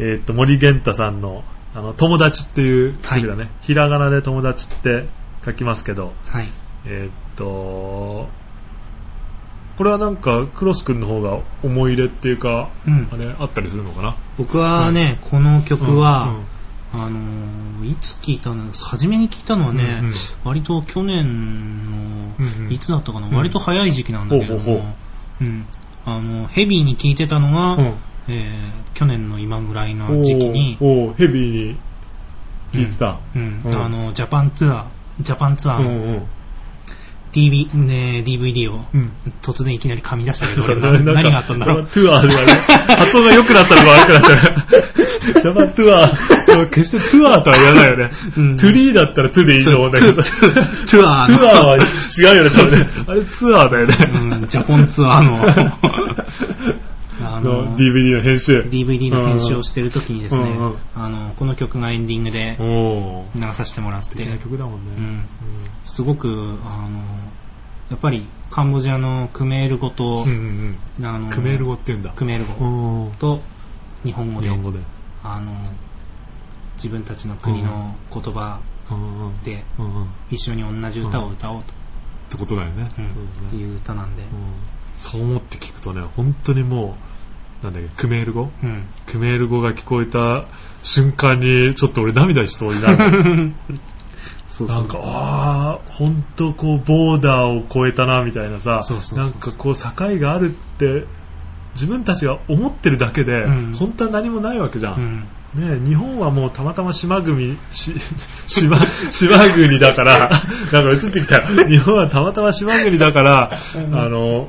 A: えーっと、森源太さんの、あの、友達っていう曲だね。ひらがなで友達って書きますけど、
B: はい
A: えーっと、これはなんか、クロス君の方が思い入れっていうか、
B: うん
A: あれ、あったりするのかな
B: 僕はね、この曲は、
A: うんうん
B: あのーいつ聞いたの初めに聞いたのはね、
A: うんうん
B: 割と去年の、
A: うんうん
B: いつだったかな、
A: ん
B: 割と早い時期なんだけども
A: ほうほうほ
B: うんあのヘビーに聞いてたの
A: う
B: が、
A: ん
B: えー去年の今ぐらいの時期に、
A: おーおーヘビーに聞いてた。
B: うん
A: うん
B: あのジャパンツアージャパンツアー
A: うん
B: の
A: うん。
B: DV、ね、DVD を
A: うん
B: 突然いきなり噛み出したけど、
A: それ
B: 俺 何
A: なんか
B: 何があったん だろう。
A: それはトゥアーではね、発音が良くなったのか悪くなった のか。ジャパントゥアー。でも決してトゥアーとは言わないよね。
B: うん
A: トゥリーだったらトゥでいいと思うんだけどさ。ト
B: ツア
A: ゥ
B: ー
A: アーは違うよね、多分ね。あれツアーだよね。
B: の、うん、ジャポンツア ーの、あ
A: あの DVD の編集。
B: DVD の編集をしてる時にですね、
A: うんうん
B: あのこの曲がエンディングで
A: おお。
B: 流させてもらっ
A: 素
B: て
A: 敵、な曲だもん
B: う
A: ね。
B: ん、すごくあのやっぱりカンボジアのクメール語と、
A: うんうん
B: あの
A: クメール語って言うんだ。
B: クメール
A: お
B: 語
A: お。
B: と日本語
A: 日
B: で
A: 本語で。
B: あの自分たちの国の言葉
A: うんうん
B: で
A: うんうんっ
B: 一緒に同じ歌を歌おう
A: て
B: と、
A: ことだよね。
B: う
A: そ
B: ん
A: うだね
B: っていう歌なんで、
A: うんそう思って聞くとね、本当にもう、なんだっけ、クメール語
B: うん、
A: クメール語が聞こえた瞬間にちょっと俺涙しそうにな る
B: そう
A: な
B: そ
A: ん
B: う
A: かああ本当こうボーダーを超えたなみたいなさ
B: そうそうそう
A: なんかこう境があるって自分たちが思ってるだけで、
B: うん
A: 本当は何もないわけじゃ、
B: うんん、
A: ねえ日本はもうたまたま島国し 島島国だからなんか映ってきたよ日本はたまたま島国だから、あの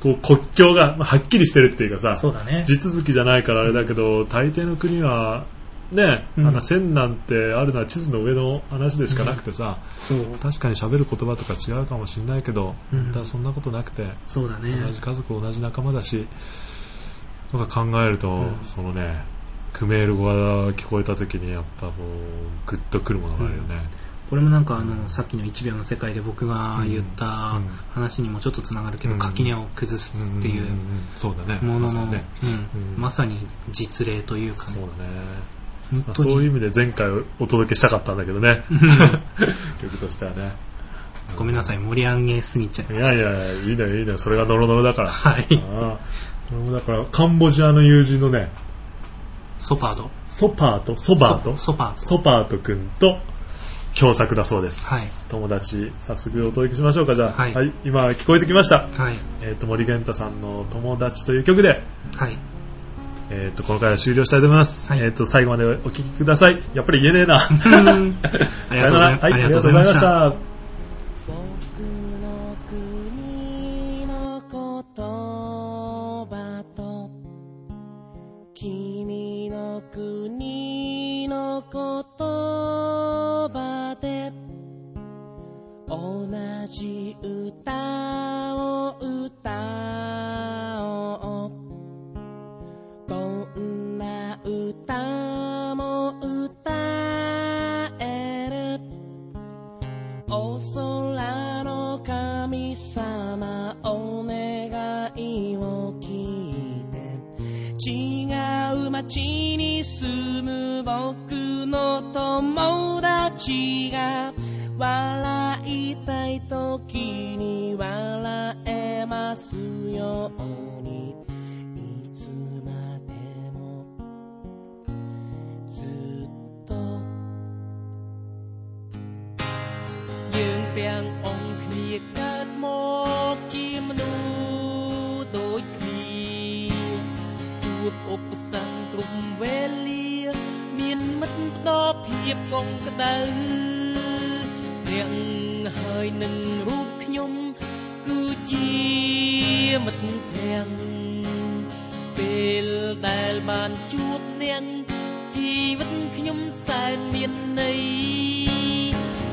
A: こう国境がまあはっきりしてるっていうかさ
B: そうだね
A: 地続きじゃないからあれだけど、大抵の国はね、
B: うん
A: あの線なんてあるのは地図の上の話でしかなくてさ、
B: そう
A: 確かに喋る言葉とか違うかもしれないけど、
B: うん
A: だそんなことなくて
B: そうだね
A: 同じ家族同じ仲間だしとか考えると、
B: ん
A: そのねクメール語が聞こえた時にやっぱもうグッとくるものがあるよね、
B: これもなんかあのさっきの1秒の世界で僕が言った
A: うん
B: 話にもちょっとつながるけど、
A: うん
B: 垣根を崩すってい
A: んん
B: うん
A: そうだね
B: もの
A: まさ
B: の、
A: にね
B: うん
A: うん
B: まさに実例というか
A: そう
B: ね
A: だね
B: 本
A: まあ
B: 当に
A: そういう意味で前回お届けしたかったんだけどね曲としてはね
B: ごめんなさい盛り上げすぎちゃい
A: い
B: ま
A: や
B: し
A: いやいいのよいいのよそれがノロノロだ から
B: たはい
A: ああ俺もだからカンボジアの友人のね
B: ソパード
A: ソパーとソバーと
B: ソソパード
A: ソパート君と共作だそうです、友達早速お届けしましょうかじゃあ、
B: はい
A: 今聞こえてきました、
B: はい。
A: えー、と森源太さんの「友達」という曲で、
B: はい。
A: えー、とこの回は終了したいと思います、
B: はい
A: えー、と最後までお聴きくださいやっぱり言えねえな
B: ありがと
A: さよ
B: うござい
A: ならはい
B: ありがとうございました。
C: 僕の国の言葉と君の国の言葉で同じ歌を歌おうどんな歌も歌えるお空の神様お願いを聞いて違う町に住む僕の友達が笑いたい時に笑えますようにいつまでもずっとយើងទាំងអង្គគ្នាកើតមកជាមនុស្សដូចគ្នាជួបឧបសគ្គគ្រប់វេលា មានមិត្តផ្ដោភាពកុំក្តៅអ្នកហើយនឹងរូបខ្ញុំ គឺជាមិត្តភក្តិពេលដែលបានជួបអ្នកជីវិតខ្ញុំសែនមានន័យ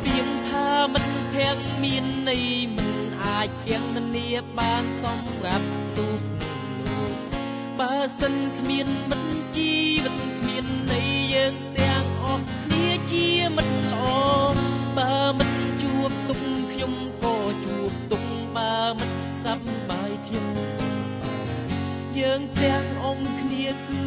C: ទៀងថាមិនភាំងមានន័យមិនអាចទៀងនានាបានសម្រាប់ទូក្នុងលោកបើសិនគ្មានមិត្តជីវិតគ្មានន័យយើងទាំងអស់គ្នាជាមិត្តល្អបើមិត្តជួបទុកខ្ញុំក៏ជួបទុកបើមិត្តសប្បាយខ្ញុំក៏សប្បាយយើងទាំងអង្គគ្នាគឺ